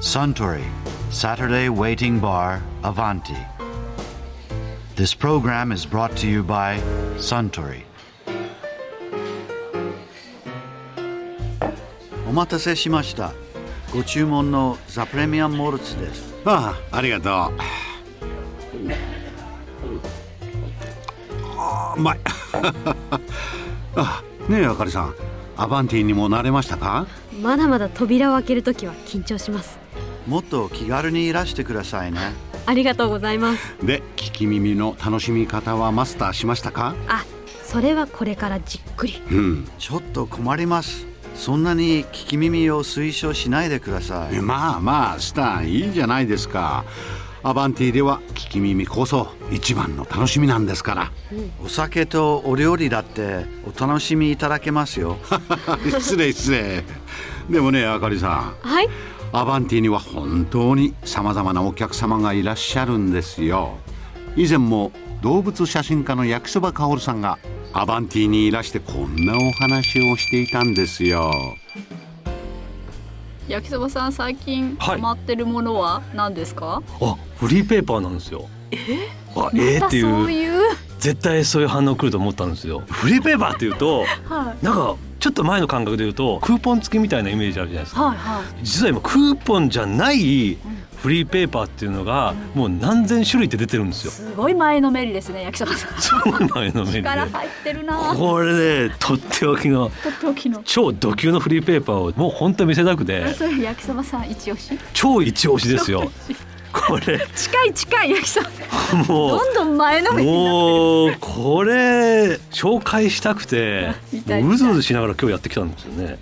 Suntory Saturday Waiting Bar Avanti. This program is brought to you by Suntory. お待たせしました。ご注文のザプレミアムモルツです。ああありがとうああうまいあねえあかりさんアバンティにも慣れましたかまだまだ扉を開けるときは緊張しますもっと気軽にいらしてくださいね。ありがとうございますで聞き耳の楽しみ方はマスターしましたかあそれはこれからじっくりうんちょっと困ります。そんなに聞き耳を推奨しないでください。まあまあスターいいんじゃないですかアバンティでは聞き耳こそ一番の楽しみなんですからお酒とお料理だってお楽しみいただけますよ。 失礼失礼でもねあかりさんはいアバンティには本当にさまざまなお客様がいらっしゃるんですよ以前も動物写真家の焼きそばかおるさんがアバンティにいらしてこんなお話をしていたんですよ焼きそばさん最近はいハマってるものは何ですか、あフリーペーパーなんですよあえー、っていうそういう絶対そういう反応来ると思ったんですよフリーペーパーっていうとはいなんかちょっと前の感覚で言うとクーポン付きみたいなイメージあるじゃないですかはいはい実は今クーポンじゃないフリーペーパーっていうのがもう何千種類って出てるんですよすごい前のめりですね焼きそば さんその前の目にね力入ってるなとっこれねとっておきのておきの超ド級のフリーペーパーをもう本当見せたくてそれ焼きそばさん一押し超一押しですよこれ近い近い焼きそばもうどんどん前のめりになっもうこれ紹介した くて見たいもううずうずしながら今日やってきたんですよね。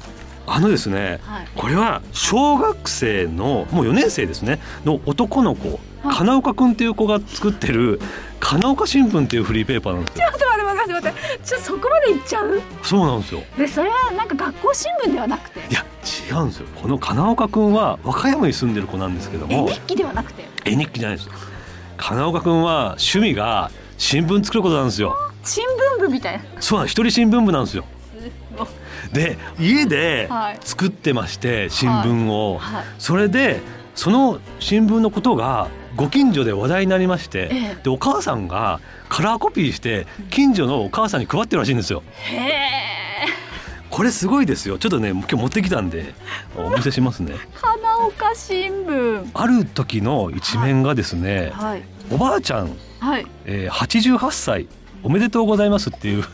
あのですね、はいこれは小学生のもう4年生ですねの男の子はい金岡くんっていう子が作ってる金岡新聞っていうフリーペーパーなんですよ。てる待って待って待って待ってちょっとそこまでいっちゃうそうなんですよ。でそれはなんか学校新聞ではなくていや違うんですよ。この金岡くんは和歌山に住んでる子なんですけど絵も日記ではなくて絵日記じゃないですよ。金岡くんは趣味が新聞作ることなんですよ。新聞部みたいなそうなんです一人新聞部なんですよ。で家ではい作ってまして、新聞を、はいそれでその新聞のことがご近所で話題になりまして、ええでお母さんがカラーコピーして近所のお母さんに配ってるらしいんですよへえこれすごいですよちょっとね今日持ってきた んでお見せしますね花岡新聞ある時の一面がですね、はいおばあちゃん、はいえー、88歳おめでとうございますっていう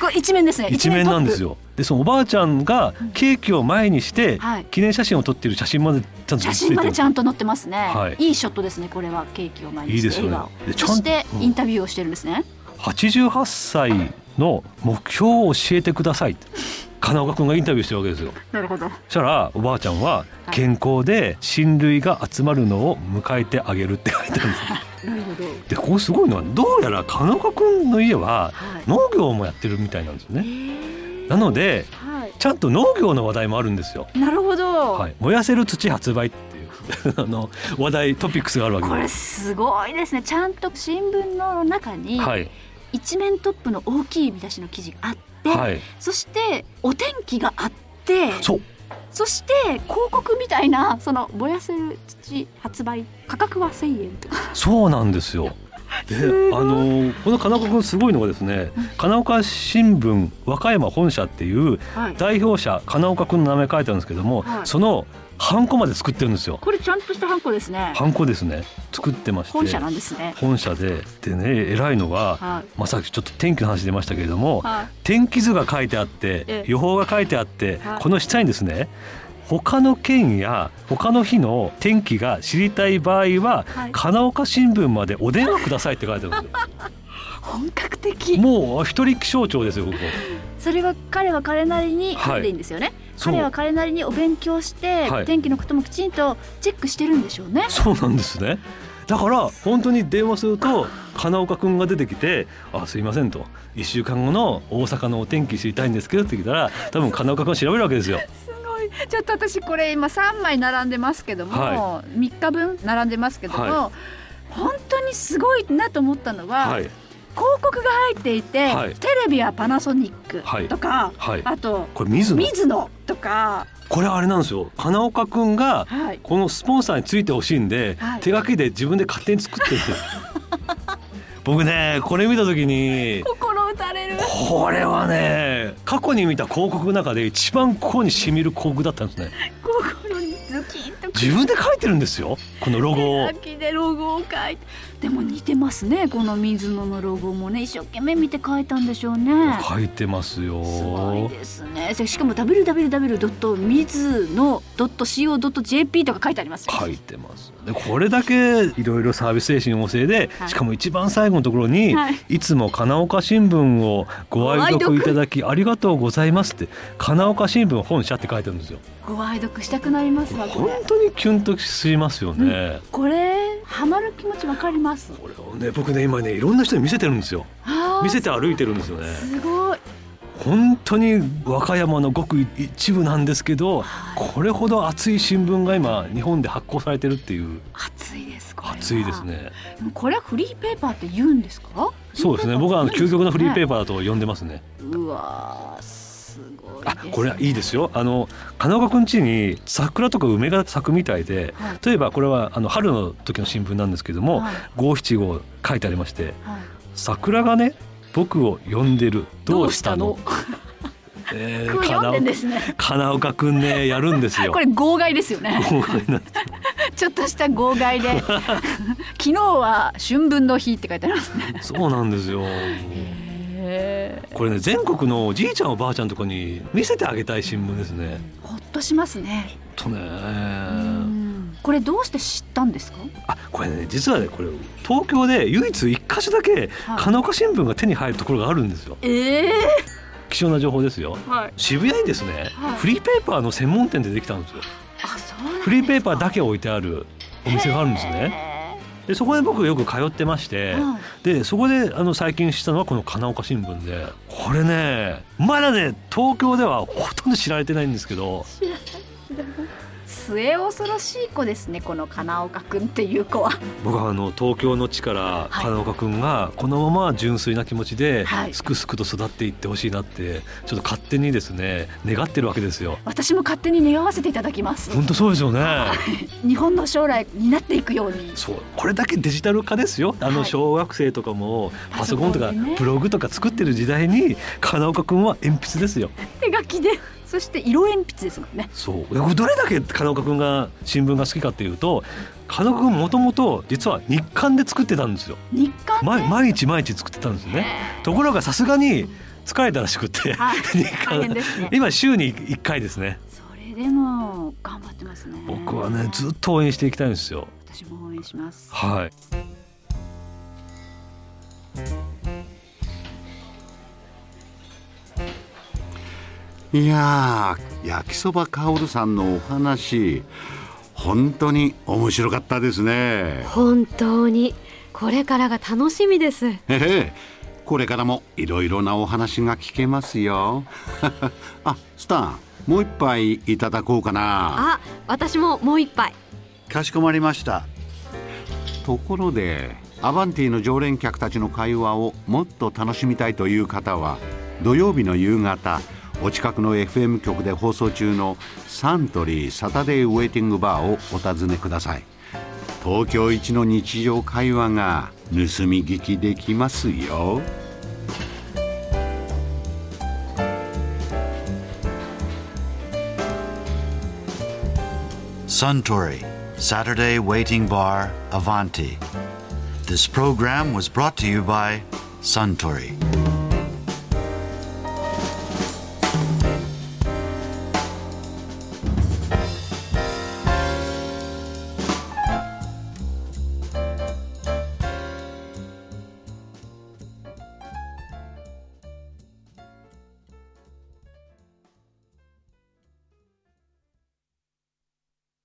これ一面ですね一面なんですよでそのおばあちゃんがケーキを前にしてはい記念写真を撮っている写真までちゃんと写真までちゃんと載ってますね、はい、いいショットですねこれはケーキを前にしていいですよね笑顔でちゃんそしてうんインタビューをしてるんですね、 88歳の目標を教えてくださいって金岡君がインタビューしてるわけですよなるほどそしたらおばあちゃんははい健康で親類が集まるのを迎えてあげるって書いてあるんですよなるほどでここすごいのはどうやら金岡君の家ははい農業もやってるみたいなんですよねなのではいちゃんと農業の話題もあるんですよなるほど、はい、燃やせる土発売っていう あの話題トピックスがあるわけこれです。すごいですねちゃんと新聞の中にはい、一面トップの大きい見出しの記事があって、はい、そしてお天気があってそう、そして広告みたいなその燃やせる土発売価格は1000円とかそうなんですよ。で、あのこの金岡君すごいのがですね、金岡新聞和歌山本社っていうはい代表者金岡君の名前書いてあるんですけどはも、いそのハンコまで作ってるんですよ。これちゃんとしたハンコですねハンコですね、作ってまして、本社なんですね本社ででね偉いのが、はいまあさっきちょっと天気の話出ましたけれども、はい天気図が書いてあって、ええ予報が書いてあって、はいこの下にですね他の県や他の日の天気が知りたい場合は、はい金岡新聞までお電話くださいって書いてあるんで本格すよ的 もう一人気象庁ですよここそれは彼は彼なりに、はい彼でいいんですよねそう彼は彼なりにお勉強して、はい天気のこともきちんとチェックしてるんでしょうねそうなんですねだから本当に電話すると金岡くんが出てきて「あすいません」と「1週間後の大阪のお天気知りたいんですけど」って来たら多分金岡くん調べるわけですよ。すごいちょっと私これ今3枚並んでますけども、は三3日分並んでますけども、は本当にすごいなと思ったのは、はい広告が入っていて、はいテレビはパナソニックとか、はいあとこれ水野ミズノとかこれはあれなんですよ金岡くんがはいこのスポンサーについてほしいんで、はい手書きで自分で勝手に作っ てって僕ねこれ見た時に心打たれるこれはね過去に見た広告の中で一番ここにしみる広告だったんですね心にズキンとくる自分で書いてるんですよこのロゴを手書きでロゴを書いてでも似てますねこの水野のロゴもね一生懸命見て書いたんでしょうね書いてますよすごいですねしかも www.mizuno.co.jp とか書いてありますよ書いてますでこれだけいろいろサービス精神旺盛で、はいしかも一番最後のところに、はいい、つも金岡新聞をご愛ご愛読読いただきありがとうございますって金岡新聞本社って書いてあるんですよご愛読したくなりますわこ本れ当にキュンとしますよね、これハマる気持ちわかりますこれをね僕ね今ねいろんな人に見せてるんですよあー見せて歩いてるんですよねすごい本当に和歌山のごく一部なんですけどこれほど熱い新聞が今日本で発行されてるっていう熱いですこれは熱いですねでもこれはフリーペーパーって言うんですかそうですね僕はあの究極のフリーペーパパーだと呼んでますねーうわーすごいあですねこれはいいですよあの金岡くん家に桜とか梅が咲くみたいではい例えばこれはあの春の時の新聞なんですけどもはい五七五書いてありましてはい「桜がね僕を呼んでるどうしたの?えー」これ読んでんですね金岡くんねやるんです よこ。れ号外ですよ ねちょっとした号外で 昨日は春分の日って書いてありますねそうなんですよこれね全国のおじいちゃんおばあちゃんとかに見せてあげたい新聞ですね。ほっとしますねとねうんこれどうして知ったんですかあこれね実はねこれ東京で唯一一箇所だけ金岡新聞が手に入るところがあるんですよええ希少な情報ですよはい渋谷にですね、はいフリーペーパーの専門店でできたんですよあそうフリーペーパーだけ置いてあるお店があるんですねねでそこで僕よく通ってまして、はいでそこであの最近知ったのはこの金岡新聞でこれねまだね東京ではほとんど知られてないんですけど末恐ろしい子ですねこの金岡くんっていう子は僕はあの東京の地から金岡くんがこのまま純粋な気持ちではいすくすくと育っていってほしいなってちょっと勝手にですね願ってるわけですよ。私も勝手に願わせていただきます本当そうですよね。日本の将来になっていくようにそうこれだけデジタル化ですよ。あはのい小学生とかもパソコンとパかソコンでねブログとか作ってる時代に金岡くんは鉛筆ですよ。手書きでそして色鉛筆ですもんねそうでこれどれだけ金岡くんが新聞が好きかっていうと金岡くんもともと実は日刊で作ってたんですよ。日刊で毎毎日毎日作ってたんですね。ところがさすがに疲れたらしくって、 はい日大変刊ですね今週に1回ですねそれでも頑張ってますね僕はねずっと応援していきたいんですよ私も応援しますはいいやー焼きそばかおるさんのお話本当に面白かったですね本当にこれからが楽しみですへへこれからもいろいろなお話が聞けますよ あスターもう一杯いただこうかなあ私ももう一杯かしこまりましたところでアバンティの常連客たちの会話をもっと楽しみたいという方は土曜日の夕方お近くの FM 局で放送中のサントリーサタデーウェイティングバーをお尋ねください東京一の日常会話が盗み聞きできますよ Suntory, Saturday Waiting Bar, Avanti. This program was brought to you by Suntory.